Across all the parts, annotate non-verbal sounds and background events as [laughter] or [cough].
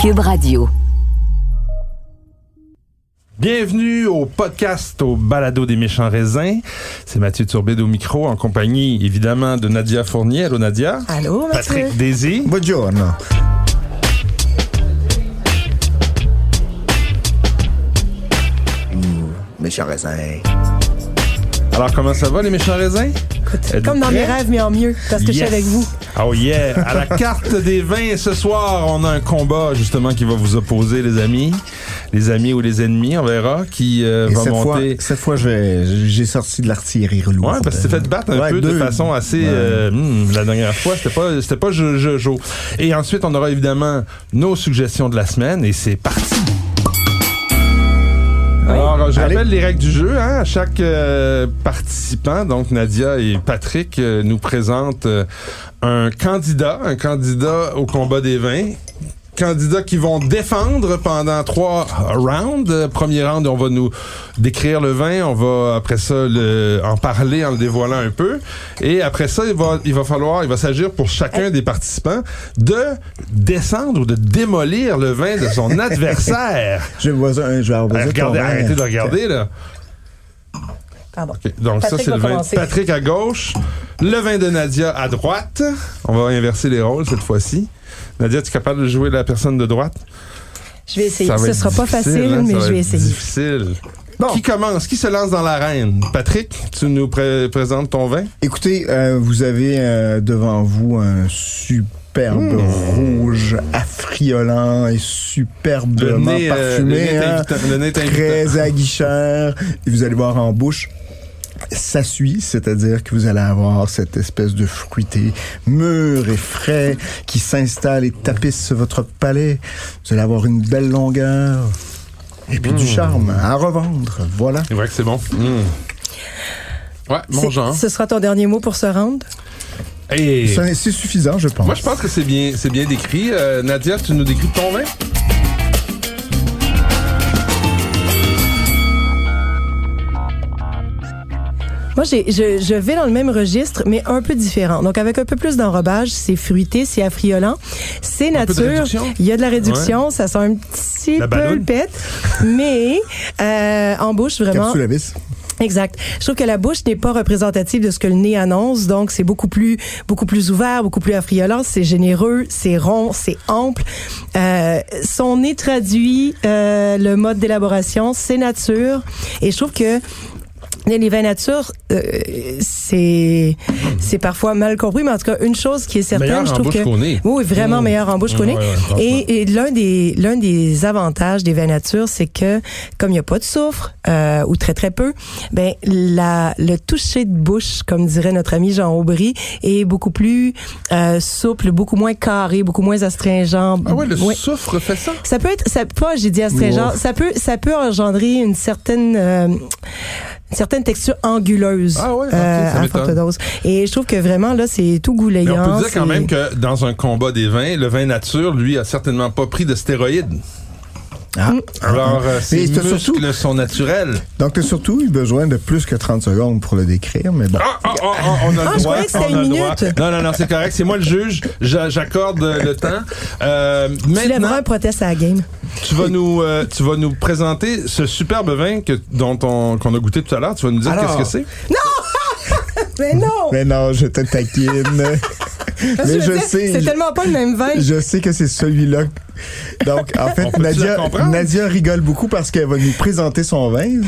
Cube Radio. Bienvenue au podcast au balado des méchants raisins. C'est Mathieu Turbide au micro, en compagnie évidemment de Nadia Fournier. Allô Nadia. Allô, Mathieu. Patrick Daisy. Buongiorno. Méchant raisin. Alors comment ça va les méchants raisins? Êtes-vous Comme dans mes prêts? rêves, mais en mieux, parce que je suis Yes. avec vous. Oh yeah! [laughs] À la carte des vins, ce soir, on a un combat justement qui va vous opposer, les amis. Les amis ou les ennemis, on verra, qui euh, Et va cette, fois, monter. cette fois, je vais- j'ai sorti de l'artillerie Ouais, lourde. parce que t'es fait battre un Ouais, peu de deux. façon assez Ouais. euh, hmm, la dernière fois, c'était pas c'était pas je je jo. Et ensuite, on aura évidemment nos suggestions de la semaine et c'est parti. Alors, je Allez. rappelle les règles du jeu. Hein? À Chaque euh, participant, donc Nadia et Patrick, euh, nous présentent euh, un candidat, un candidat au combat des vins. Candidats qui vont défendre pendant trois rounds. Euh, Premier round, on va nous décrire le vin, on va après ça le- en parler en le dévoilant un peu. Et après ça, il va, il va falloir, il va s'agir pour chacun des participants de descendre ou de démolir le vin de son adversaire. Je vais voir un, je vais avoir Hey, regardez, ton vin. arrêtez de regarder, là. Pardon. OK, Donc, ça, Patrick c'est va le vin de commencer. Patrick à gauche. Le vin de Nadia à droite. On va inverser les rôles cette fois-ci. Nadia, tu es capable de jouer la personne de droite? Je vais essayer. Ça va Ce être sera pas difficile, facile, hein, ça mais va je vais être essayer. difficile. Bon. Qui commence? Qui se lance dans l'arène? Patrick, tu nous pré- présentes ton vin? Écoutez, euh, vous avez euh, devant vous un superbe Mmh. rouge affriolant et superbement euh, parfumé. le nez est hein. invitant- le nez est invitant. très aguicheur. Et vous allez voir en bouche, ça suit, c'est-à-dire que vous allez avoir cette espèce de fruité mûr et frais qui s'installe et tapisse sur votre palais. Vous allez avoir une belle longueur. Et puis Mmh. du charme à revendre, voilà. C'est vrai que c'est bon. Mm. Ouais, C'est- mon genre. Ce sera ton dernier mot pour ce round. Et Ça, C'est suffisant, je pense. moi, je pense que c'est bien, c'est bien décrit. Euh, Nadia, tu nous décris ton vin? Moi, j'ai- je, je vais dans le même registre, mais un peu différent. Donc, avec un peu plus d'enrobage, c'est fruité, c'est affriolant, c'est Un peu de nature. réduction? Il y a de la réduction, ça sent un petit La peu balloune. le pet, mais euh, en bouche, vraiment, Capsule à vis. Exact. Je trouve que la bouche n'est pas représentative de ce que le nez annonce, donc c'est beaucoup plus, beaucoup plus ouvert, beaucoup plus affriolant. C'est généreux, c'est rond, c'est ample. Euh, son nez traduit euh, le mode d'élaboration, c'est nature, et je trouve que les vins nature, euh, c'est c'est parfois mal compris, mais en tout cas une chose qui est certaine, Meilleur je en trouve bouche que qu'au nez. oui, vraiment Mmh. meilleur en bouche qu'on Ouais, est. ouais, franchement. et et l'un des l'un des avantages des vins nature, c'est que comme il n'y a pas de soufre euh, ou très très peu, ben la le toucher de bouche, comme dirait notre ami Jean Aubry, est beaucoup plus euh, souple, beaucoup moins carré, beaucoup moins astringent. Ah ouais, le Ouais. soufre fait ça? Ça peut être, ça, pas, j'ai dit astringent, Wow. ça peut, ça peut engendrer une certaine, euh, une certaine texture anguleuse euh, Ah ouais, ok, ça à m'étonne. forte dose. Et je trouve que vraiment là, c'est tout Mais goulayant. on peut dire quand Eh c'est- même que dans un combat des vins, le vin nature, lui, a certainement pas pris de stéroïdes. Ah. Alors, euh, ses Et t'as muscles surtout- sont naturels. Donc, t'as surtout eu besoin de plus que 30 secondes pour le décrire, mais bon. Ah, ah, ah, ah, on a Ah, le je droit. croyais que c'était on a une le droit. minute. Non, non, non, c'est correct. C'est moi le juge. J'a- J'accorde euh, le temps. Euh, Tu lèveras maintenant, un proteste à la game. tu vas nous, euh, tu vas nous présenter ce superbe vin que, dont on, qu'on a goûté tout à l'heure. Tu vas nous dire Alors- qu'est-ce que c'est. Mais Oh! non! Mais non, je te taquine. [laughs] Parce que je veux mais je dire, sais. C'est je- tellement pas le même vin. Je sais que c'est celui-là. Donc, en On fait, peut-tu la Nadia, comprendre? Nadia rigole beaucoup parce qu'elle va nous présenter son vin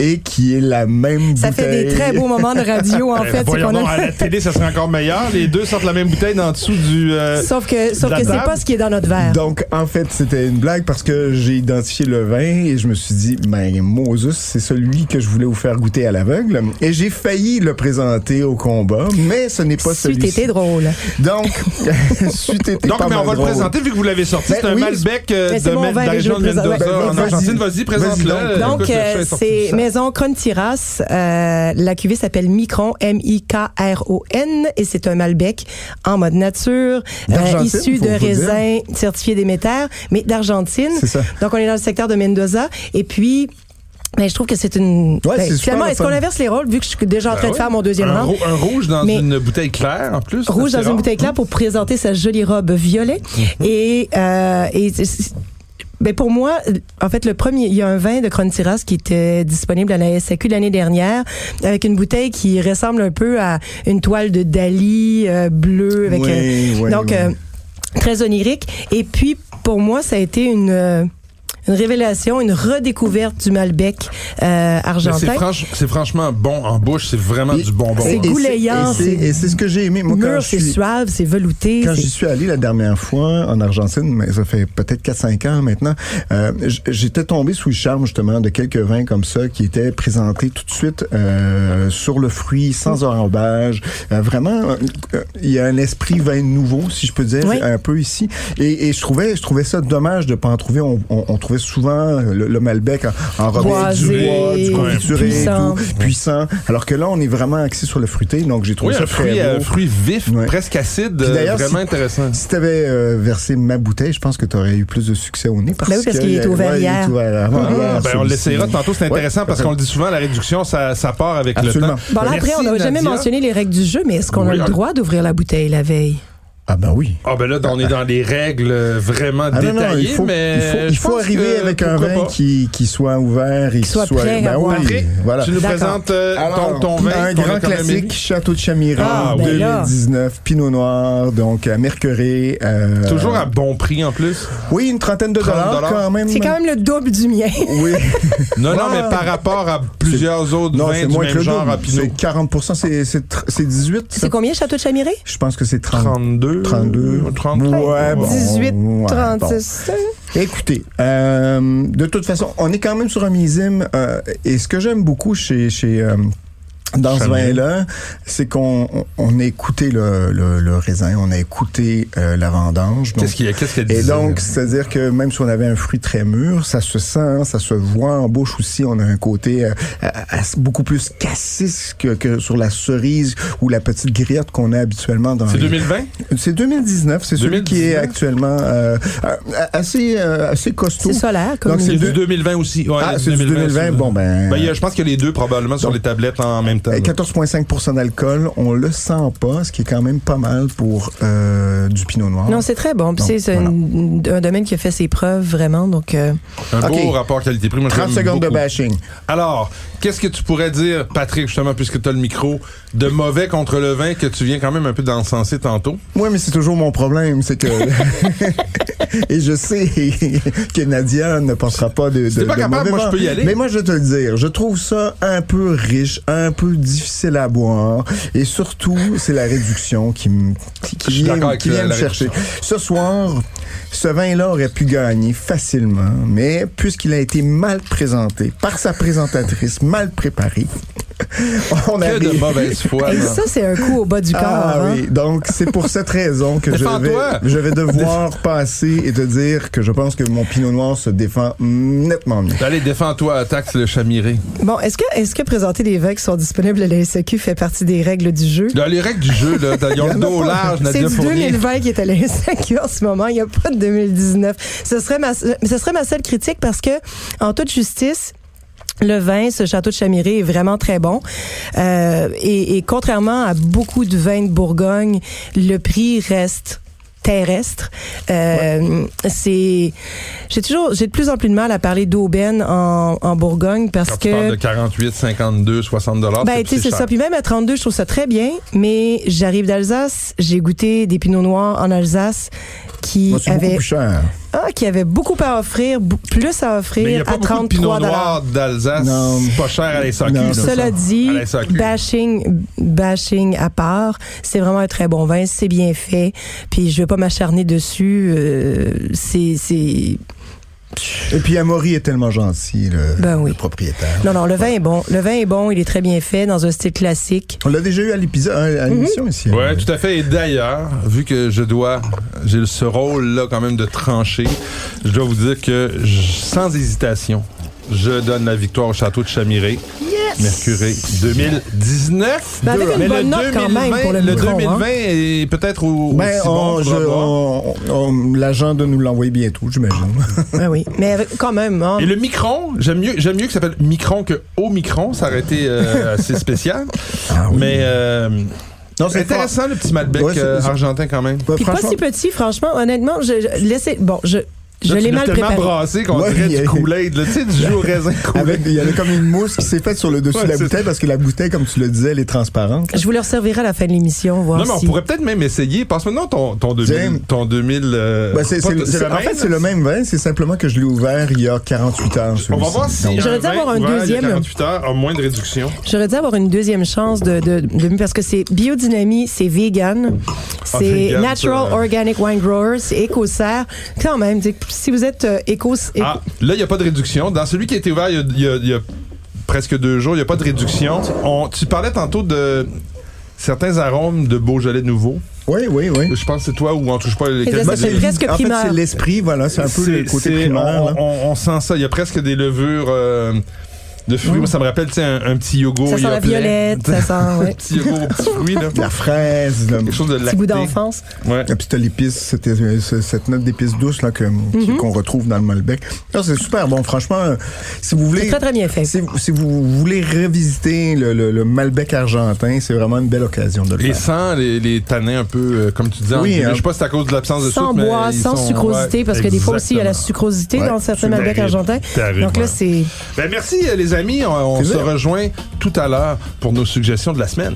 et qui est la même Ça fait bouteille. des très beaux moments de radio, [laughs] en Eh, fait. C'est voyons qu'on donc, a- à [laughs] la télé, ça serait encore meilleur. Les deux sortent la même bouteille en dessous du. euh, Sauf que, sauf la que c'est table. pas ce qui est dans notre verre. Donc, en fait, c'était une blague parce que j'ai identifié le vin et je me suis dit, ben, Moses, c'est celui que je voulais vous faire goûter à l'aveugle. Et j'ai failli le présenter au combat, mais ce n'est pas Si celui-ci. t'étais drôle. Donc, [laughs] si t'étais Donc, pas mais on mal va le drôle. présenter vu que vous l'avez sorti. Ben c'est un oui. Malbec euh, Mais de, c'est mon Me- de vin la que je région de veux Mendoza présenter. Ben, en vas-y. Argentine. Vas-y, présente-le. donc. Donc, Écoute, le euh, chat est sorti c'est tout seul. Maison Crontiras. Euh, la cuvée s'appelle Micron, M-I-K-R-O-N, et c'est un Malbec en mode nature, euh, D'Argentine, issu faut- de faut le dire. raisins certifiés d'émetteurs, mais d'Argentine. C'est ça. Donc, on est dans le secteur de Mendoza. Et puis... Mais je trouve que c'est une. ben, Ouais, c'est super finalement, le est-ce fun. qu'on inverse les rôles vu que je suis déjà en train Ben de oui. faire mon deuxième un, rang? rou- un rouge dans Mais- une bouteille claire, en plus. Rouge c'est dans une rare. bouteille claire pour présenter sa jolie robe violet. Mm-hmm. Et, euh, et c- c- ben pour moi, en fait, le premier, il y a un vin de Crontiras qui était disponible à la SAQ l'année dernière, avec une bouteille qui ressemble un peu à une toile de Dali euh, bleue avec un- Ouais, ouais, donc, ouais. euh, très onirique. Et puis, pour moi, ça a été une, euh, une révélation, une redécouverte du Malbec euh, Mais C'est argentin. franch- c'est franchement bon en bouche, c'est vraiment Et- du bonbon. c'est là. goût- goulayant, et c'est- c'est- Et c'est ce que j'ai aimé. Moi, quand Mûr, je c'est suis, suave, c'est velouté. quand c'est- j'y suis allé la dernière fois en Argentine, mais ça fait peut-être 4-5 ans maintenant, euh, j- j'étais tombé sous le charme justement de quelques vins comme ça qui étaient présentés tout de suite euh, sur le fruit, sans enrobage. Euh, vraiment, euh, euh, il y a un esprit vin nouveau, si je peux dire, Oui. un peu ici. Et, et je trouvais, je trouvais ça dommage de pas en trouver. On, on- on trouvait souvent le, le Malbec en, en Boisé, du bois, du confituré, et puissant. tout, puissant. Alors que là, on est vraiment axé sur le fruité, donc j'ai trouvé Oui, ça un très fruit, beau. euh, fruit vif, Ouais. presque acide, Puis euh, d'ailleurs, vraiment si- intéressant. Si t'avais euh, versé ma bouteille, je pense que t'aurais eu plus de succès au nez. Parce Ben oui, parce que- qu'il est ouvert ouais, il hier. est ouvert avant Ah, hier, ben on celui-ci. l'essayera tantôt, c'est intéressant Ouais, parce qu'on le dit souvent, la réduction, ça, ça part avec Absolument. le temps. Ben, Bon, là, Merci, après, on n'a jamais Nadia. mentionné les règles du jeu, mais est-ce qu'on Oui, a on- le droit d'ouvrir la bouteille la veille? Ah ben oui. Ah ben là, on est dans les règles euh, vraiment Ah non, non, détaillées, il faut, mais il faut, il je faut pense arriver que avec un pourquoi vin pas. qui, qui soit ouvert et qui soit prêt à ben boire. oui, Patrick, voilà. Tu nous D'accord. présentes euh, Alors, ton, ton vin. un qu'on a grand quand même classique, aimé. Château de Chamiran, Ah, ben là. 2019, Pinot Noir, donc à Mercury. euh, Toujours à bon prix en plus. Oui, une trentaine de 30 dollars quand même. C'est quand même le double du mien. [laughs] [laughs] Oui. Non, non, Ouais. mais par rapport à plusieurs autres Non, vins c'est du moins que même le genre double. à Pinot. C'est 40 c'est- c'est tr- c'est 18 ça? C'est combien, Château de Chamiré? Je pense que c'est 30. 32. 32. 33. Ouais, bon. 18, ouais, 36. Écoutez, euh, de toute façon, on est quand même sur un millésime. euh, et ce que j'aime beaucoup chez... chez euh, dans ce Chamier. vin-là, c'est qu'on on- on a écouté le, le- le raisin, on a écouté euh, la vendange. donc- Qu'est-ce qu'il y a? Qu'est-ce qu'elle et disait? donc, c'est-à-dire que même si on avait un fruit très mûr, ça se sent, hein, ça se voit en bouche aussi. On a un côté euh, à- à- beaucoup plus cassis que, que sur la cerise ou la petite griotte qu'on a habituellement dans C'est les- 2020? c'est 2019, c'est celui qui est 2019. actuellement euh, euh, assez, euh, assez costaud. C'est solaire, comme Donc, C'est C'est du deux- 2020 aussi. Ouais, Ah, c'est du 2020, bon ben... Ben, il y a- je pense qu'il y a les deux probablement sur Donc, les tablettes en même temps. euh, là. 14,5 d'alcool, on le sent pas, ce qui est quand même pas mal pour euh, du pinot noir. Non, c'est très bon. Puis Donc, c'est c'est voilà. une- un domaine qui a fait ses preuves, vraiment. Donc, euh, Un beau Ok. rapport qualité-prix. moi, 30 j'aime secondes de beaucoup. bashing. Alors, qu'est-ce que tu pourrais dire, Patrick, justement, puisque tu as le micro, de mauvais contre le vin que tu viens quand même un peu d'encenser tantôt? Oui, mais c'est toujours mon [laughs] problème, c'est que... Et je sais que Nadia ne portera pas de... Si t'es de- pas de capable, mauvais moi, je vent. peux y aller. Mais moi, je vais te le dire, je trouve ça un peu riche, un peu difficile à boire, et surtout, c'est la réduction qui me qui, qui Je suis vient, d'accord avec qui la- vient me la chercher. Ce soir, ce vin-là aurait pu gagner facilement, mais puisqu'il a été mal présenté par sa présentatrice, mal préparé, [laughs] on Que de arrive- mauvaise [laughs] foi. et là. ça, c'est un coup au bas du corps. ah hein. oui, donc c'est pour cette raison que je vais, Défends-toi. je vais devoir [laughs] passer et te dire que je pense que mon pinot noir se défend nettement mieux. Allez, défends-toi, attaque le chamiré. Bon, est-ce que, est que présenter les vins qui sont disponibles à la SAQ fait partie des règles du jeu? Dans les règles du jeu, là, t'as- ils ont le dos large, C'est Nadia du Fournier. 2020 qui est à la SAQ en ce moment. Il n'y a pas de 2019. Ce serait ma, ce serait ma seule critique parce que, en toute justice, le vin, ce château de Chamiré est vraiment très bon. Euh, et, et contrairement à beaucoup de vins de Bourgogne, le prix reste terrestre. Euh, C'est, j'ai toujours, j'ai de plus en plus de mal à parler d'aubaine en, en Bourgogne parce Quand tu que parles de 48, 52, 60 dollars, ben, tu sais, c'est Ah, cher. ça. Puis même à 32, je trouve ça très bien. Mais j'arrive d'Alsace, j'ai goûté des pinots noirs en Alsace qui Moi, c'est beaucoup avaient, plus cher. ah, qui avaient beaucoup à offrir, bou- plus à offrir Mais il n'y a pas à beaucoup de 33 pinot dollars. noir d'Alsace, Non. pas cher à la SAQ. Non, là. c'est ça. Cela hein, dit, ben, À la SAQ. bashing, bashing à part, c'est vraiment un très bon vin, c'est bien fait. Puis je vais pas m'acharner dessus. euh, c'est, c'est, Et puis Amaury est tellement gentil, le, Ben oui. le propriétaire. non, non, le vin est bon. Le vin est bon, il est très bien fait dans un style classique. On l'a déjà eu à l'épisode, à à l'émission ici. Mhm. Ouais, tout à fait. Et d'ailleurs, vu que je dois, j'ai ce rôle-là quand même de trancher, je dois vous dire que je- sans hésitation, je donne la victoire au château de Chamiré. Yes! Mercuré 2019. Ben, avec une Mais bonne le note quand même pour le Micron, 2020 hein. est peut-être au, Ben, aussi on- bon. je- probablement. on- on- l'agent doit nous l'envoyer bientôt, j'imagine. Ah oui, mais avec- quand même. hein. Et le micron, j'aime mieux, j'aime mieux que ça s'appelle micron que Omicron, ça aurait été [laughs] euh, assez spécial. Ah oui. Mais euh, non, c'est intéressant le petit Malbec Ouais, c'est- euh, c'est- argentin quand même. Ouais, Puis pas franchement, si petit, franchement, honnêtement, je, je- laissez. Bon, je, je Là, tu l'ai l'as mal tellement préparé. brassé qu'on Ouais, dirait il y a- du Kool-Aid, là, tu sais, du jus au raisin Kool-Aid. avec, il y avait comme une mousse qui s'est faite sur le dessus Ouais, de la c'est- bouteille parce que la bouteille, comme tu le disais, elle est transparente. Je vous le resservirai à la fin de l'émission, voir Non, mais on si. pourrait peut-être même essayer. Passe maintenant ton, ton 2000. Tiens. Ton 2000 euh, Ben, c'est- pas- c'est le- c'est- en fait, c'est le même vin, c'est simplement que je l'ai ouvert il y a 48 On heures. va celui-ci. voir si. Donc, J'aurais dû vin avoir un ouvert il y a deuxième. 48 heures a moins de réduction. J'aurais dû avoir une deuxième chance de, de, de- parce que c'est biodynamie, c'est vegan, c'est Ah, vegan, natural ça. organic wine growers, c'est éco-serre. Quand même, tu sais, si vous êtes euh, éco, éco- Ah, là, il n'y a pas de réduction. Dans celui qui a été ouvert il y a- il y a, il y a presque deux jours, il n'y a pas de réduction. On- tu parlais tantôt de certains arômes de Beaujolais nouveau. Oui, oui, oui. Je pense que c'est toi ou en touche pas les Les quel- Eh Ça, c'est l'idée- presque en fait, primaire. c'est l'esprit, voilà, c'est un peu C'est- le côté c'est- primaire. là. On, on- on sent ça. Il y a presque des levures euh, de fruits. Moi, Ça me rappelle tu sais, un, un petit yogourt. ça sent la yoplait. violette, ça sent [laughs] ouais, Un petit yogourt aux petits fruits. Là. [laughs] La fraise, le, Quelque chose de petit bout lacté. d'enfance. Ouais. Et puis t'as l'épice, cette, euh, ce- cette note d'épice douce là que- qui- Mhm. qu'on retrouve dans le Malbec. Non, c'est super bon, franchement. euh, Si vous C'est voulez, très très bien fait. si, vous- si vous voulez revisiter le, le- le Malbec argentin, c'est vraiment une belle occasion de le Les faire. sangs, les, les tanins un peu, euh, comme tu disais, en Oui, début. hein. je sais pas si c'est à cause de l'absence de Sans sucre, mais bois, ils sans sont- sucrosité, ouais, parce que des fois aussi il y a la exactement. sucrosité Ouais, dans certains c'est Malbec terrible. argentins. Terrible, Donc là, ouais. c'est Ben merci euh, les amis, on, on se Plaisir. rejoint tout à l'heure pour nos suggestions de la semaine.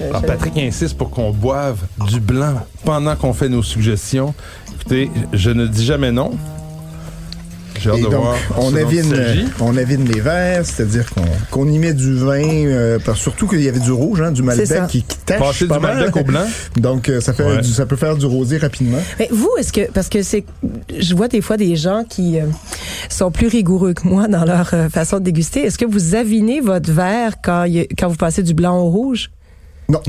Alors, Patrick insiste pour qu'on boive du blanc pendant qu'on fait nos suggestions. Écoutez, je ne dis jamais non. J'ai hâte Et de donc, voir. ce on dont il avine, s'agit. euh, on avine les verres, c'est-à-dire qu'on qu'on y met du vin, euh, parce- surtout qu'il y avait du rouge, hein, du ça. Malbec qui, qui tache Passer pas du mal. Malbec au blanc. Donc, euh, ça, fait Ouais. du- ça peut faire du rosé rapidement. Mais vous, est-ce que parce que c'est, je vois des fois des gens qui euh, sont plus rigoureux que moi dans leur euh, façon de déguster. Est-ce que vous avinez votre verre quand il y a- quand vous passez du blanc au rouge Non.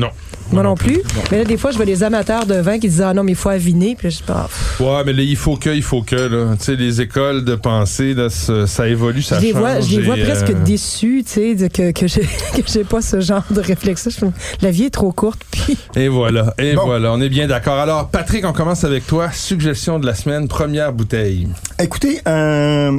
Moi non plus. Mais là, des fois, je vois des amateurs de vin qui disent ah non, mais il faut aviner. Puis là, je dis Ah, pff. Ouais, mais là, il faut que, il faut que, là. Tu sais, les écoles de pensée, là, ça, ça évolue, ça je les change. vois, je les vois et, presque euh, déçus, tu sais, de- que que j'ai [laughs] que j'ai pas ce genre de réflexion. Je me- La vie est trop courte. [laughs] Puis Et voilà, et Bon. voilà, on est bien d'accord. Alors, Patrick, on commence avec toi. Suggestion de la semaine, première bouteille. Écoutez, euh,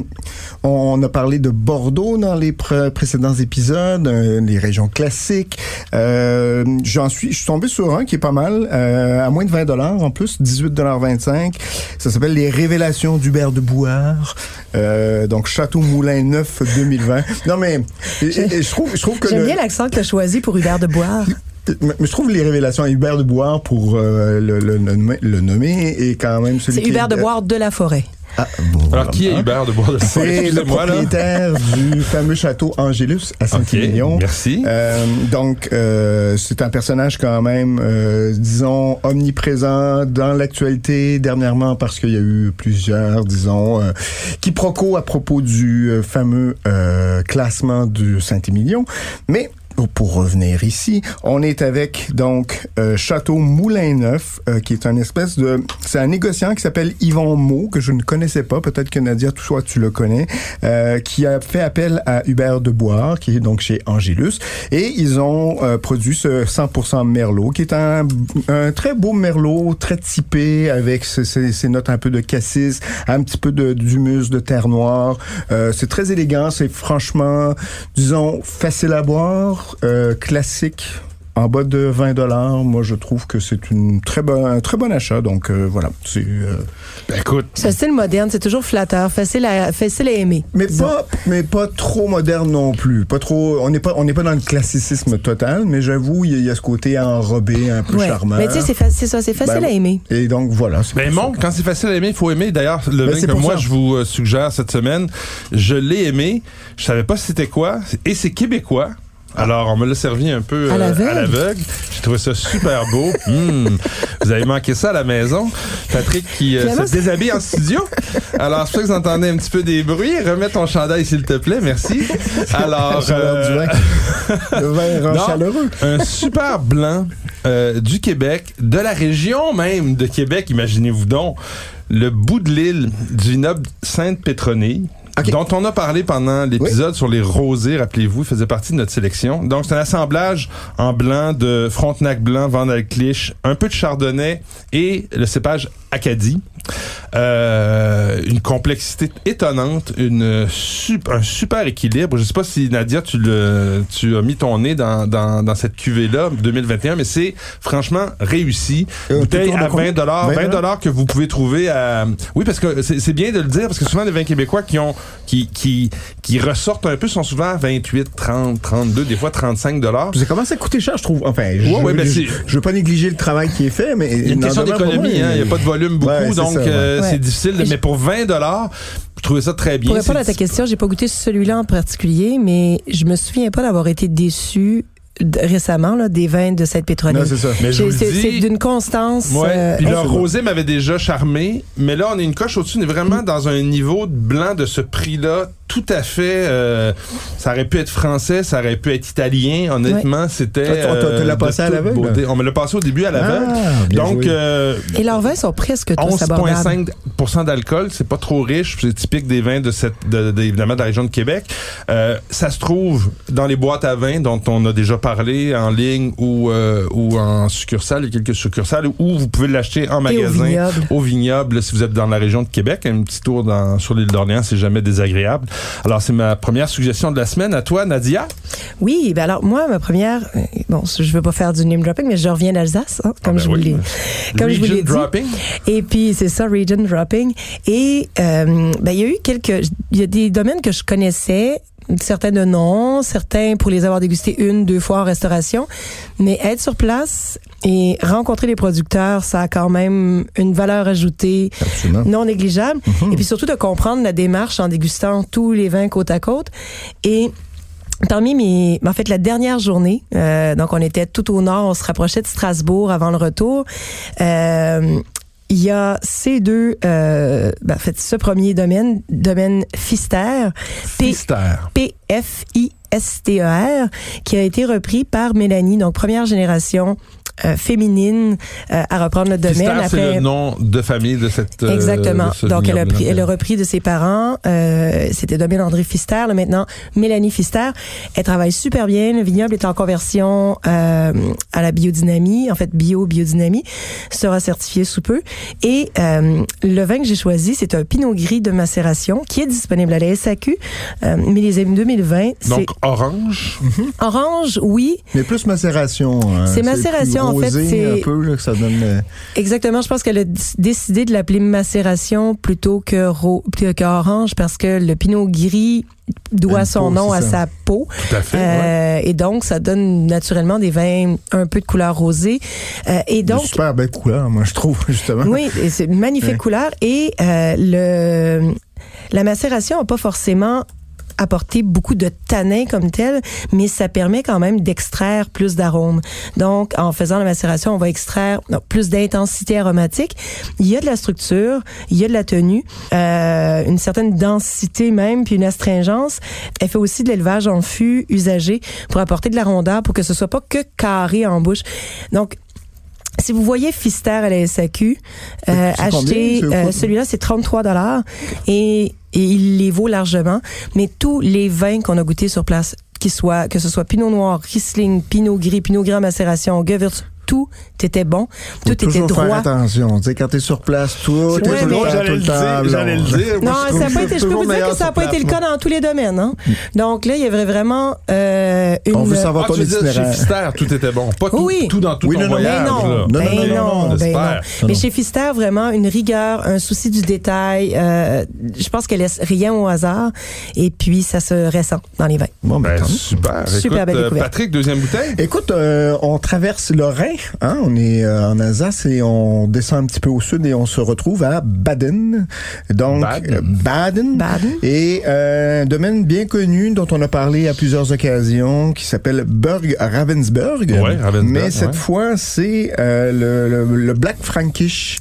on a parlé de Bordeaux dans les pré- précédents épisodes, euh, les régions classiques. Euh, J'en suis, je suis tombé sur un qui est pas mal, euh, à moins de 20 dollars en plus, 18,25 Ça s'appelle les Révélations d'Hubert de Bouard. Euh, donc Château Moulin Neuf 2020. Non mais et- et- et je trouve, je trouve que j'aime le- bien l'accent que tu as choisi pour Hubert de Boire. [laughs] mais je trouve les révélations à Hubert de Bois pour euh, le, le, le nommer- le nommer est quand même celui C'est qui Hubert de est- Boire de la Forêt. Ah, bon, Alors, qui est voilà. Hubert de Bois de C'est le propriétaire du fameux château Angelus à OK, Saint-Émilion. merci. Euh, donc, euh, c'est un personnage quand même, euh, disons, omniprésent dans l'actualité dernièrement parce qu'il y a eu plusieurs, disons, euh, quiproquos à propos du euh, fameux euh, classement du Saint-Émilion. Mais Oh, pour revenir ici, on est avec donc euh, Château Moulin Neuf, euh, qui est un espèce de, c'est un négociant qui s'appelle Yvon Mo que je ne connaissais pas, peut-être que Nadia, toi tu le connais, euh, qui a fait appel à Hubert de Boire, qui est donc chez Angelus, et ils ont euh, produit ce 100% Merlot, qui est un, un très beau Merlot, très typé, avec ses, ses- ses notes un peu de cassis, un petit peu de- d'humus, de terre noire. Euh, c'est très élégant, c'est franchement, disons, facile à boire, euh, classique. En bas de 20 dollars, moi je trouve que c'est une très bonne, un très bon achat. Donc euh, voilà, c'est euh, écoute, Ce style moderne, c'est toujours flatteur, facile à facile à aimer. Mais disons. pas, mais pas trop moderne non plus. Pas trop. On n'est pas, on n'est pas dans le classicisme total, mais j'avoue, il y, a- il y a ce côté enrobé, un peu Ouais. charmant. Mais tu sais, c'est fa- c'est ça, c'est facile Ben, à aimer. Et donc voilà. c'est Ben pour bon, quand c'est facile à aimer, il faut aimer. D'ailleurs, le Ben, vin c'est que pour moi ça. je vous euh, suggère cette semaine, je l'ai aimé. Je savais pas c'était quoi, et c'est québécois. Alors, on me l'a servi un peu À euh, l'aveugle. à l'aveugle. J'ai trouvé ça super [laughs] beau. Hmm. Vous avez manqué ça à la maison. Patrick qui euh, Finalement, se déshabille en studio. Alors, c'est pour ça que vous entendez un petit peu des bruits. Remets ton chandail, s'il te plaît. [laughs] Merci. Alors, Chaleur euh, du [laughs] vin. Le vin rend Non. chaleureux. un super blanc euh, du Québec, de la région même de Québec, imaginez-vous donc, le bout de l'île du vignoble Sainte-Pétronille. Ok. dont on a parlé pendant l'épisode sur les rosés, rappelez-vous, il faisait partie de notre sélection. Donc, c'est un assemblage en blanc de Frontenac blanc, Vandalclich, un peu de Chardonnay et le cépage Acadie. Euh, une complexité étonnante, une sup- un super équilibre. Je sais pas si Nadia, tu, le, tu as mis ton nez dans, dans, dans cette cuvée-là, 2021, mais c'est franchement réussi. Euh, Bouteille tout tourne à de combien? 20 dollars, 20 20 dollars que vous pouvez trouver à. Oui, parce que c'est c'est bien de le dire, parce que souvent les vins québécois qui ont qui qui qui ressortent un peu sont souvent à 28, 30, 32, des fois 35 dollars. Ça commence à coûter cher, je trouve. Enfin, je, Ouais, ouais, ben, je, c'est- je veux pas négliger le travail qui est fait, mais Il y a une question d'économie, hein, il n'y a pas de volume beaucoup, Ouais, c'est donc ça, ouais. euh, Ouais. c'est difficile. Et je- Mais pour 20 dollars, je trouvais ça très bien. Pour répondre C'est à ta dis- question, j'ai pas goûté celui-là en particulier, mais je me souviens pas d'avoir été déçu récemment là, des vins de cette pétrolière. Non, c'est ça. Mais je vous C'est le dis, c'est d'une constance. Ouais. euh, Puis ah, leur c'est bon. rosé m'avait déjà charmé, mais là on est une coche au-dessus, on est vraiment dans un niveau de blanc de ce prix-là, tout à fait. euh, ça aurait pu être français, ça aurait pu être italien. Honnêtement, c'était. Ah, on t'a- euh, te l'a de passé à toute l'aveugle? beauté. On me l'a passé au début à l'aveugle. Ah, bien Donc joué. euh, Et leurs vins sont presque tous abordables. 11,5 d'alcool, c'est pas trop riche, c'est typique des vins de cette, de, de- évidemment de la région de Québec. Euh, ça se trouve dans les boîtes à vin dont on a déjà parlé en ligne ou euh, ou en succursale, il y a quelques succursales où vous pouvez l'acheter en Et au magasin vignoble. au vignoble si vous êtes dans la région de Québec. Un petit tour dans, sur l'île d'Orléans, c'est jamais désagréable. Alors c'est ma première suggestion de la semaine à toi, Nadia. Oui, ben alors moi, ma première, euh, bon, je veux pas faire du name dropping, mais je reviens d'Alsace, hein, comme ben je vous oui. l'ai, comme je vous Region l'ai dit. dropping. Et puis c'est ça, region dropping. Et euh, ben il y a eu quelques, il y a des domaines que je connaissais, certains de non, certains pour les avoir dégustés une, deux fois en restauration, mais être sur place et rencontrer les producteurs, ça a quand même une valeur ajoutée Absolument. non négligeable. Mhm. Et puis surtout de comprendre la démarche en dégustant tous les vins côte à côte. Et Parmi mes, en fait, la dernière journée, euh, donc on était tout au nord, on se rapprochait de Strasbourg avant le retour. Euh, il y a ces deux, euh, ben, en fait, ce premier domaine, domaine Fister, P- Fister. P-F-I-S-T-E-R, E qui a été repris par Mélanie, donc première génération euh, féminine euh, à reprendre le domaine Fister, après c'est le nom de famille de cette. euh, Exactement. de ce Donc, elle a, vignoble. pris- elle a repris de ses parents. Euh, C'était Domine André Fister. Là, maintenant, Mélanie Fister. Elle travaille super bien. Le vignoble est en conversion euh, à la biodynamie. En fait, bio, biodynamie. Sera certifié sous peu. Et euh, le vin que j'ai choisi, c'est un Pinot Gris de macération qui est disponible à la SAQ. Euh, mais les 2020, c'est Donc, orange. orange, oui. Mais plus macération. hein. C'est macération, plus en fait, rosé c'est- un peu, là, que ça donne. euh, Exactement. Je pense qu'elle a d- décidé de l'appeler macération plutôt que, ro- que que orange parce que le pinot gris doit Une son peau, nom c'est à ça. sa peau. Tout à fait. ouais. Euh, Et donc, ça donne naturellement des vins un peu de couleur rosée. Euh, et de donc, super belle couleur, moi, je trouve, justement. oui, et c'est une magnifique Ouais. couleur. Et euh, le, la macération n'a pas forcément apporté beaucoup de tanin comme tel, mais ça permet quand même d'extraire plus d'arômes. Donc, en faisant la macération, on va extraire non, plus d'intensité aromatique. Il y a de la structure, il y a de la tenue, euh, une certaine densité même, puis une astringence. Elle fait aussi de l'élevage en fût usagé pour apporter de la rondeur, pour que ce soit pas que carré en bouche. Donc, si vous voyez Fister à la SAQ, euh, C'est combien, achetez c'est euh, quoi? celui-là, c'est 33 dollars et, et il les vaut largement. Mais tous les vins qu'on a goûtés sur place, qu'ils soient, que ce soit Pinot Noir, Riesling, Pinot Gris, Pinot Gras Macération, Gewürz, tout était bon, Faut tout était toujours faire droit. attention. Tu sais, quand t'es sur place, tout Ouais, est tout le mais- temps, tout J'allais le le dire, temps. j'allais le blanc. dire. Non, Moi, je ça a trouve pas été, je peux toujours vous dire meilleur que ça n'a sur pas été place, le moi. Mm. cas dans tous les domaines. Hein? Donc là, il y avait vraiment euh, une... On veut Ah, savoir ton tu veux dire, chez itinéraire. Fister, tout était bon. Pas tout, Oui. tout dans tout Oui, ton non, non, mais voyage. Ben non, là. Non, ben non, non, non, ben j'espère. non. Non, Mais non. chez Fister, vraiment une rigueur, un souci du détail. euh, je pense qu'elle laisse rien au hasard. Et puis, ça se ressent dans les vins. Bon, ben, Ben, tant mieux. super. Super Écoute, belle euh, découverte. Patrick, deuxième bouteille. Écoute, euh, on traverse le Rhin Hein, on est euh, en Alsace et on descend un petit peu au sud et on se retrouve à Baden. Donc, Baden. euh, Baden. Baden. Et euh, un domaine bien connu dont on a parlé à plusieurs occasions qui s'appelle Burg Ravensburg. Ouais, Ravensburg, Mais cette ouais. fois, c'est euh, le, le- le Black Frankish.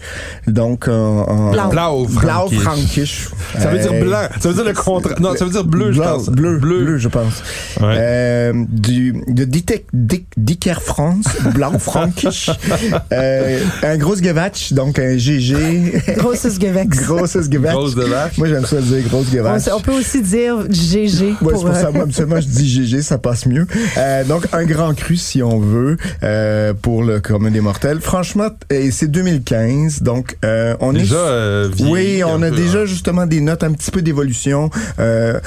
Donc, en- en- Blau. Blau Blau Frankish. Frankish. Ça veut dire Euh, blanc. Ça veut dire le contraire. Non, ça veut dire bleu, je Blanc, pense. Bleu, bleu, Bleu. je pense. Ouais. Euh, du, de Ditec- Dic- Dicker France, [laughs] blanc frankish. Euh, un gros gewatch, donc un [laughs] GG. Grosses Gewächs. Grosses gewatch. Grosse de vache. Moi, j'aime ça dire gros On, gewatch. on peut aussi dire GG Ouais, pour, c'est pour euh, ça, moi, habituellement, je dis GG, ça passe mieux. Euh, donc, un grand cru, si on veut, euh, pour le commun des mortels. Franchement, et c'est 2015, donc euh, on est... Déjà, euh, Oui, vieilli un on a peu, déjà hein. justement des notes un petit peu d'évolution. Euh,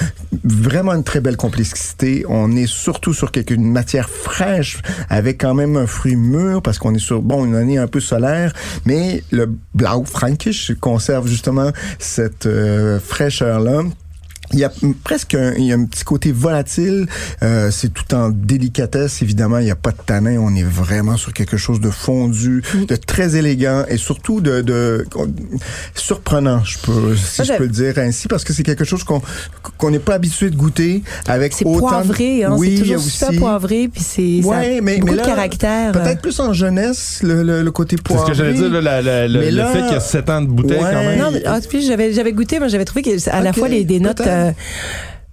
vraiment une très belle complexité. On est surtout sur quelque, une matière fraîche avec quand même un fruit mûr parce qu'on est sur bon une année un peu solaire, mais le Blau Frankish conserve justement cette euh, fraîcheur là. Il y a m- presque un, il y a un petit côté volatile. Euh, c'est tout en délicatesse, évidemment. Il n'y a pas de tanin. On est vraiment sur quelque chose de fondu, de très élégant et surtout de, de- qu'on- surprenant, je peux, si Ça, je j'ai- peux le dire ainsi, parce que c'est quelque chose qu'on qu'on n'est pas habitué de goûter avec C'est autant. de- poivré, hein? oui, c'est il y a toujours aussi. super poivré, puis c'est ça a Ouais, mais- beaucoup mais là, de caractère. Peut-être plus en jeunesse, le, le- le côté C'est ce poivré. que j'allais dire, là, la- la- la- Mais le là- fait qu'il y a 7 ans de bouteille Ouais. quand même. Non, mais ah, puis j'avais j'avais goûté, mais j'avais trouvé que à la Ok, fois les, des notes peut-être. euh,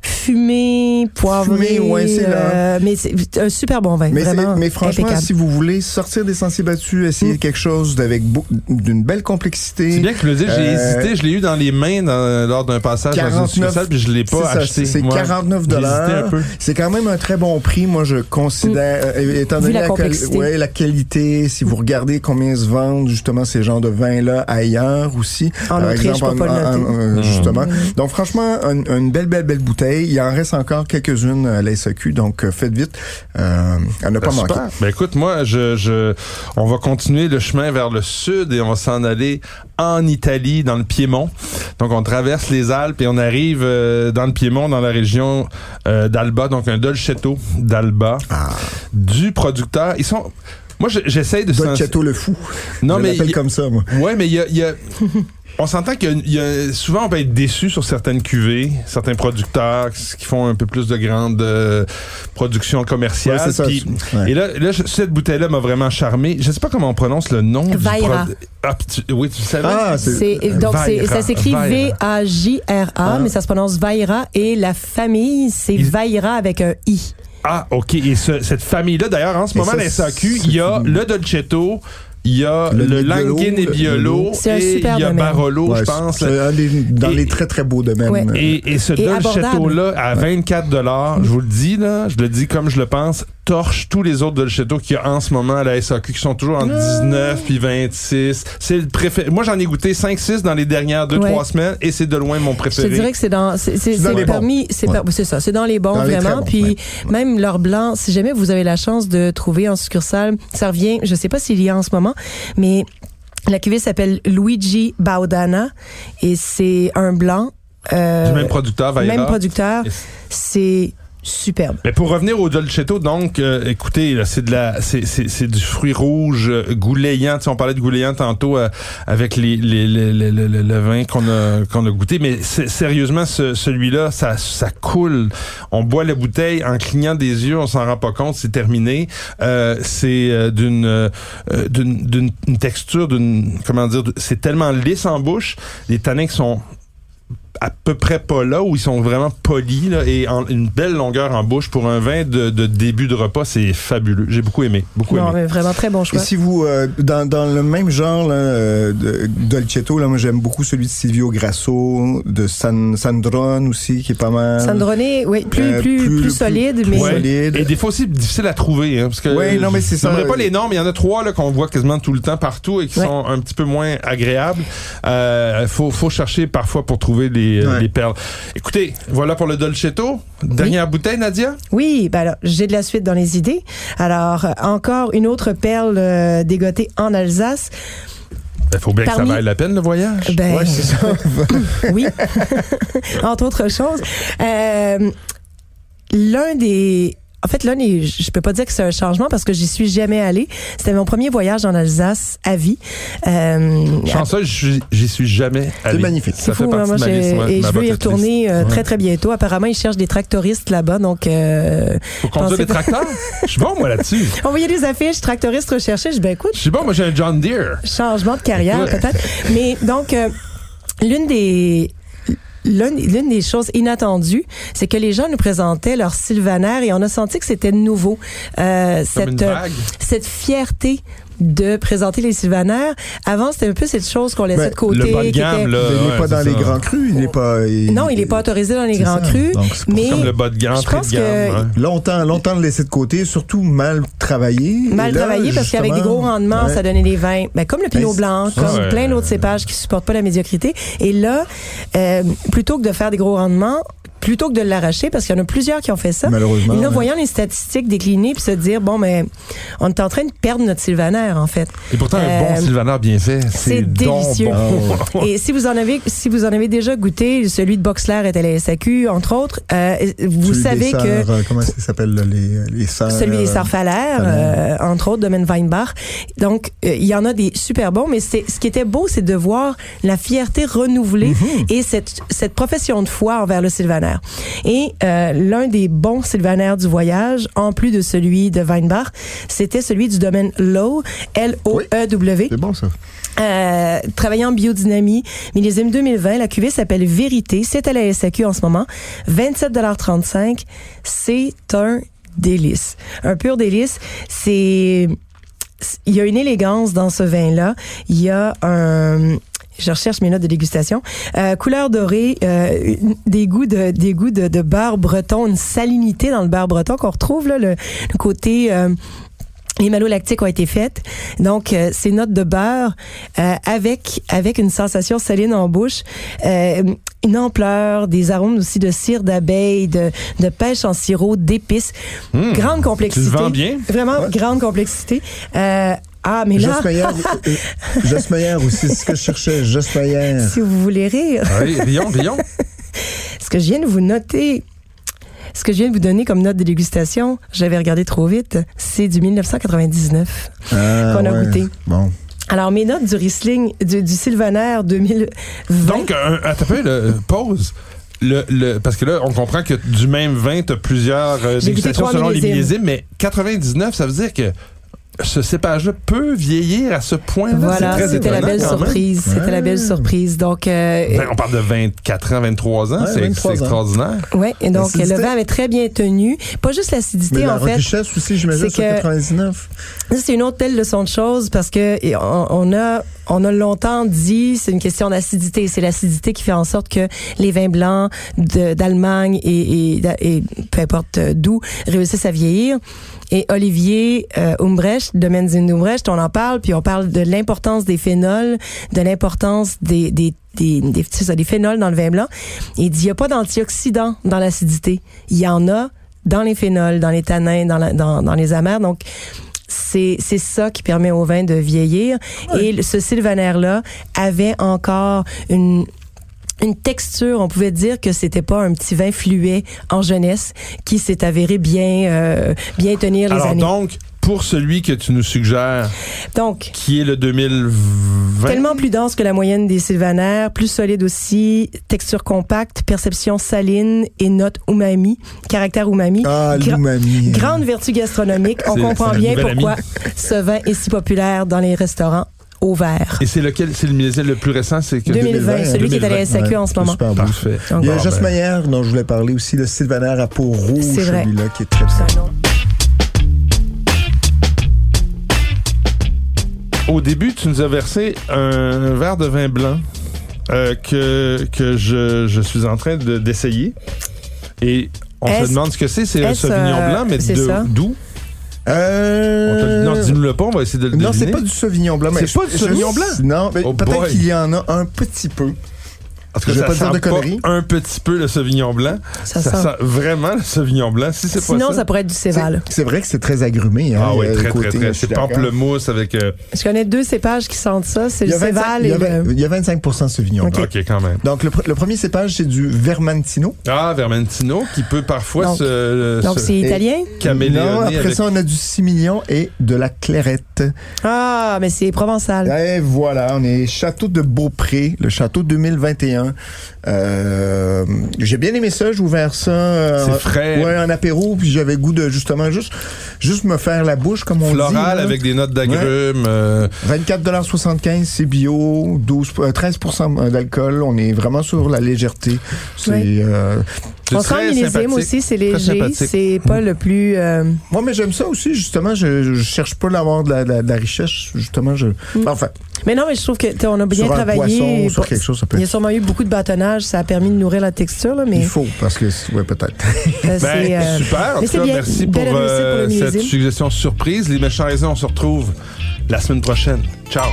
fumées, poivrées, Fumées, ouais, c'est là. euh, mais c'est un super bon vin, Mais, c'est- vraiment mais franchement, impeccable. Mm. si vous voulez sortir des sentiers battus, essayer quelque chose d'avec beau- d'une belle complexité. C'est bien que tu le dis, j'ai Euh, hésité, je l'ai eu dans les mains dans- lors d'un passage dans une 49, succursale, puis je l'ai C'est pas ça, acheté. C'est Ouais. 49 J'ai hésité un peu. C'est quand même un très bon prix. Moi, je considère, euh, étant Vu donné la quali- complexité. ouais, la qualité, si vous regardez combien se vendent justement ces genres de vins-là ailleurs aussi. En Par Autriche, exemple, pour en- pas le en- noter. Hmm. Hmm. en- euh, Justement. Donc, franchement, un- une belle, belle, belle bouteille. Il en reste encore quelques-unes à la SAQ, donc euh, faites vite. Euh, à ne pas manquer. Super. Ben écoute, moi, je, je, on va continuer le chemin vers le sud et on va s'en aller en Italie, dans le Piémont. Donc, on traverse les Alpes et on arrive euh, dans le Piémont, dans la région euh, d'Alba, donc un Dolcetto d'Alba, Ah, du producteur. Ils sont... Moi, je- j'essaie de... Don sens- Château le fou. Non, je mais... l'appelle il- comme ça, moi. Ouais, mais il y a, il y a- [laughs] on s'entend qu'il y a- il y a, souvent on peut être déçu sur certaines cuvées, certains producteurs qui qui font un peu plus de grandes euh, productions commerciales. Ouais, c'est ça. Puis- Ouais. Et là, là, je- cette bouteille-là m'a vraiment charmé. Je sais pas comment on prononce le nom. du Vaira. produ- Ah, tu- oui, tu le savais. Ah, c'est- C'est et donc c'est- Vaira, ça s'écrit Vaira. V A J R A, Ah. mais ça se prononce Vaira et la famille c'est Il- Vaira avec un i. Ah, ok. Et ce- cette famille-là, d'ailleurs, en ce Et moment, ça, à la SAQ, c'est- il y a le Dolcetto. Il y a Le le, Nebbiolo, Langhe-Nebbiolo C'est un et super il y a domaine. Barolo, Ouais, je pense. c'est un des- dans Et- les très, très beaux domaines. Ouais. Et, et ce Et abordable. Dolcetto-là, à 24 dollars, je vous le dis, là, je le dis comme je le pense, torche tous les autres Dolcetto qu'il y a en ce moment à la SAQ, qui sont toujours entre Ah. 19 puis 26. C'est le préféré. Moi, j'en ai goûté 5-6 dans les dernières 2-3 Ouais. semaines, et c'est de loin mon Je te préféré. dirais que c'est dans c'est c'est- C'est dans c'est les bons. permis c'est Ouais. per- c'est ça c'est dans les bons Dans les très vraiment bons, puis ouais. même leur blanc si jamais vous avez la chance de trouver en succursale ça revient je sais pas s'il y a en ce moment mais la cuvée s'appelle Luigi Baudana et c'est un blanc euh, du même producteur, Vaira. même producteur Et- c'est superbe Mais pour revenir au Dolcetto, donc, euh, écoutez, là, c'est de la, c'est, c'est, c'est du fruit rouge euh, gouléant. Tu sais, on parlait de gouléant tantôt euh, avec les, les, les- les- les- les- le vin qu'on a, qu'on a goûté, mais c'est- sérieusement, ce- celui-là, ça, ça coule. On boit la bouteille en clignant des yeux, on s'en rend pas compte, c'est terminé. Euh, c'est euh, d'une, euh, d'une, d'une une texture, d'une, comment dire, c'est tellement lisse en bouche. Les tanins qui sont à peu près pas là où ils sont vraiment polis là, et en- une belle longueur en bouche pour un vin de, de début de repas, c'est fabuleux. J'ai beaucoup aimé, beaucoup non aimé. mais vraiment très bon Et choix si vous, euh, dans, dans le même genre, là, euh, de- Dolcetto, là, moi j'aime beaucoup celui de Silvio Grasso, de San, Sandrone aussi, qui est pas mal. Sandroné oui plus Euh, plus plus- plus, plus- solide plus mais Ouais. solide. Et des fois aussi difficile à trouver hein, parce que Ouais, non, mais c'est je ça. nommerai pas les noms, mais il y en a trois là qu'on voit quasiment tout le temps partout et qui Ouais. sont un petit peu moins agréables. Euh, faut faut chercher parfois pour trouver les, euh, Ouais. les perles. Écoutez, voilà pour le Dolcetto. Dernière bouteille Nadia. Oui, ben alors, j'ai de la suite dans les idées. Alors, euh, encore une autre perle euh, dégotée en Alsace. Il Ben, faut bien que Parmi- ça vaille la peine le voyage. Ben, Ouais, c'est ça. [laughs] oui, [laughs] entre autres choses. Euh, L'un des en fait, là, les- je peux pas dire que c'est un changement parce que j'y suis jamais allée. C'était mon premier voyage en Alsace à vie. Euh, Chanceux, j'y j'y suis jamais allé. magnifique. Ça c'est fou, hein, fait partie moi, de ma j'ai- liste, ouais, et ma je veux y bucket list. retourner euh, Ouais. très très bientôt. Apparemment, ils cherchent des tractoristes là-bas, donc euh, Pour conduire Pensez des [laughs] tracteurs? Je suis bon, moi, là-dessus. on voyait des affiches tractoristes recherchés. Je dis, ben écoute, Je suis bon, moi, j'ai un John Deere. changement de carrière Ouais. peut-être. Mais donc, euh, l'une des... L'une l'une des choses inattendues, c'est que les gens nous présentaient leur sylvanaire et on a senti que c'était nouveau. Euh, Comme une cette, vague. cette fierté de présenter les sylvanaires. Avant, c'était un peu cette chose qu'on laissait Ben, de côté. le bas de qui gamme, était- là, Mais il n'est ouais, pas c'est dans les ça. grands crus, il n'est pas. Non, il n'est pas autorisé dans les c'est grands ça. crus. Donc, c'est pour mais Comme le bas de gamme, hein. je très pense de gamme. Longtemps, longtemps le laisser de côté, surtout mal travaillé. mal Et là, travaillé parce qu'avec des gros justement, rendements, ouais. ça donnait des vins, ben, comme le Pinot Ben, Blanc, c'est- comme ouais. plein d'autres cépages qui supportent pas la médiocrité. Et là, euh, plutôt que de faire des gros rendements, plutôt que de l'arracher, parce qu'il y en a plusieurs qui ont fait ça, Malheureusement. et là, ouais. voyant les statistiques décliner puis se dire, bon, mais on est en train de perdre notre sylvanaire, en fait. Et pourtant, un bon Euh, sylvaner bien fait, c'est c'est donc délicieux. Oh, bon. Et si vous en avez, si vous en avez déjà goûté, celui de Boxler est à la SAQ, entre autres, euh, vous Celui des savez que sœurs, euh, comment ça s'appelle, là, les, les sœurs, celui des euh, Sœurs Falaire, Falaire. euh, entre autres, Domaine Weinbach. Donc, euh, il y en a des super bons, mais c'est ce qui était beau, c'est de voir la fierté renouvelée Mhm. et cette, cette profession de foi envers le sylvanaire. Et euh, l'un des bons sylvanaires du voyage, en plus de celui de Weinbach, c'était celui du domaine Low, L-O-E-W. C'est bon, ça. Euh, travaillant en biodynamie, millésime 2020, la cuvée s'appelle Vérité. C'est à la SAQ en ce moment. 27,35 C'est un délice. Un pur délice. C'est... c'est- Il y a une élégance dans ce vin-là. Il y a un... Je recherche mes notes de dégustation. Euh, couleur dorée, euh, une- des goûts de des goûts de, de beurre breton, une salinité dans le beurre breton qu'on retrouve là, le, le côté euh, les malolactiques ont été faites. Donc, euh, ces notes de beurre euh, avec avec une sensation saline en bouche, euh, une ampleur, des arômes aussi de cire d'abeille, de, de pêche en sirop, d'épices. grande Hmm. Tu le complexité. vends bien? Vraiment, Ouais. grande complexité. Euh, ah, mais là, [laughs] Josmeyer euh, euh, Josmeyer aussi, c'est ce que je cherchais. Josmeyer. si vous voulez rire, [laughs] Ah Oui, rions, rions. ce que je viens de vous noter, ce que je viens de vous donner comme note de dégustation, j'avais regardé trop vite, c'est du 1999. Ah, qu'on a goûté. Bon. Alors, mes notes du Riesling, du, du Sylvaner 2020. Donc, euh, un, attends, un peu, le, pause. Le, le, parce que là, on comprend que du même vin, tu as plusieurs euh, J'ai goûté dégustations trois selon les millésimes, millésimes. mais 99, ça veut dire que ce cépage-là peut vieillir à ce point-là. C'est voilà, très c'était la étonnant belle quand même. surprise. C'était la belle Ouais. surprise. Donc, euh, Ben, on parle de 24 ans, 23 ans, Ouais, c'est 23 c'est ans. extraordinaire. ouais, et Ben, donc L'acidité. le vin avait très bien tenu. Pas juste Mais l'acidité, la en fait. richesse aussi, j'imagine, c'est sur que- 99. Ça, C'est une autre belle leçon de choses parce que et, on, on a on a longtemps dit c'est une question d'acidité. C'est l'acidité qui fait en sorte que les vins blancs de- d'Allemagne et, et, d'a- et peu importe euh, d'où réussissent à vieillir. Et Olivier euh, Umbrecht, de Menzin Umbrecht, on en parle, puis on parle de l'importance des phénols, de l'importance des, des, des, des, c'est ça, des phénols dans le vin blanc. Il dit, il n'y a pas d'antioxydants dans l'acidité. Il y en a dans les phénols, dans les tanins, dans, la- dans, dans les amers. Donc, c'est c'est ça qui permet au vin de vieillir. Et le- ce sylvaner-là avait encore une une texture, on pouvait dire que c'était pas un petit vin fluet en jeunesse qui s'est avéré bien euh, bien tenir les Alors années. donc, pour celui que tu nous suggères, Donc, qui est le 2020... Tellement plus dense que la moyenne des sylvanaires, plus solide aussi, texture compacte, perception saline et note umami, caractère umami. Ah, Gra- l'oumami. Grande vertu gastronomique, on C'est- comprend c'est la bien nouvelle pourquoi amie. ce vin est si populaire dans les restaurants au verre. Et c'est lequel, c'est le millésime le plus récent, c'est que... 2020, celui qui est à la 2020, SAQ en ce c'est moment. super beau. Ah, Parfait. Donc, Il y a Bon, Josmeyer ben, dont je voulais parler aussi, le Sylvaner à peau rouge, C'est vrai. celui-là qui est très C'est un nom. Au début, tu nous as versé un verre de vin blanc euh, que, que je, je suis en train de- d'essayer. Et on se Est-ce- demande ce que c'est. C'est un est-ce, Sauvignon euh, blanc, mais c'est de- ça? d'où? On te- Euh... Non, dis-nous le pas, on va essayer de le Non, c'est deviner. pas du Sauvignon blanc. mais C'est je- pas du je- Sauvignon blanc? Non, mais Oh peut-être boy. qu'il y en a un petit peu. En tout cas, Je vais ça pas dire sent de pas conneries. un petit peu le Sauvignon blanc. Ça ça sent. sent vraiment le Sauvignon blanc. Si c'est pas Sinon, ça. ça pourrait être du Céval. C'est vrai que c'est très agrumé. Hein, Ah oui, euh, très, côté, très, je très. suis C'est d'accord. pamplemousse avec. euh, Je connais deux cépages qui sentent ça. C'est Il y le a 25 Céval il y et a vingt- le... il y a 25 de Sauvignon blanc. OK, quand même. Donc, le, pr- le premier cépage, c'est du Vermentino. Ah, Vermentino, qui peut parfois Donc- se, euh, Donc, se c'est italien? caméléonner Non, après avec- ça, on a du Simillon et de la Clairette. Ah, mais c'est provençal. Et voilà, on est Château de Beaupré, le château 2021. Euh, j'ai bien aimé ça, j'ai ouvert ça. euh, C'est frais. Ouais, en apéro, puis j'avais goût de justement juste, juste me faire la bouche, comme on dit. floral là. avec des notes d'agrumes. euh, 24,75 c'est bio, 12, euh, 13 d'alcool. On est vraiment sur la légèreté. C'est, Oui. euh, c'est On sent très millésime sympathique. aussi, c'est Très léger. sympathique. C'est pas le plus... euh, Moi, mais j'aime ça aussi, justement. Je, je cherche pas d'avoir de la, de la- de la richesse, justement. Je... Enfin, Mais non, mais je trouve que t'sais, on a bien sur un travaillé. poisson ou et sur pour- quelque chose, ça peut Il y a être... sûrement eu beaucoup de bâtonnage, ça a permis de nourrir la texture, là, Il mais faut, parce que... Ouais, peut-être. euh, c'est... Ben, euh, super. En mais tout c'est cas, bien. merci pour, Belle réussite pour le euh, cette millésime. suggestion surprise. Les méchants raisins, on se retrouve la semaine prochaine. Ciao.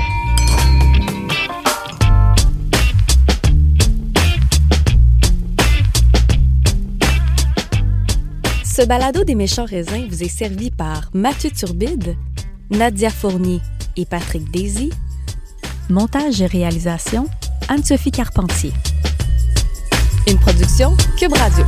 Ce balado des méchants raisins vous est servi par Mathieu Turbide, Nadia Fournier et Patrick Daisy. Montage et réalisation, Anne-Sophie Carpentier. Une production Cube Radio.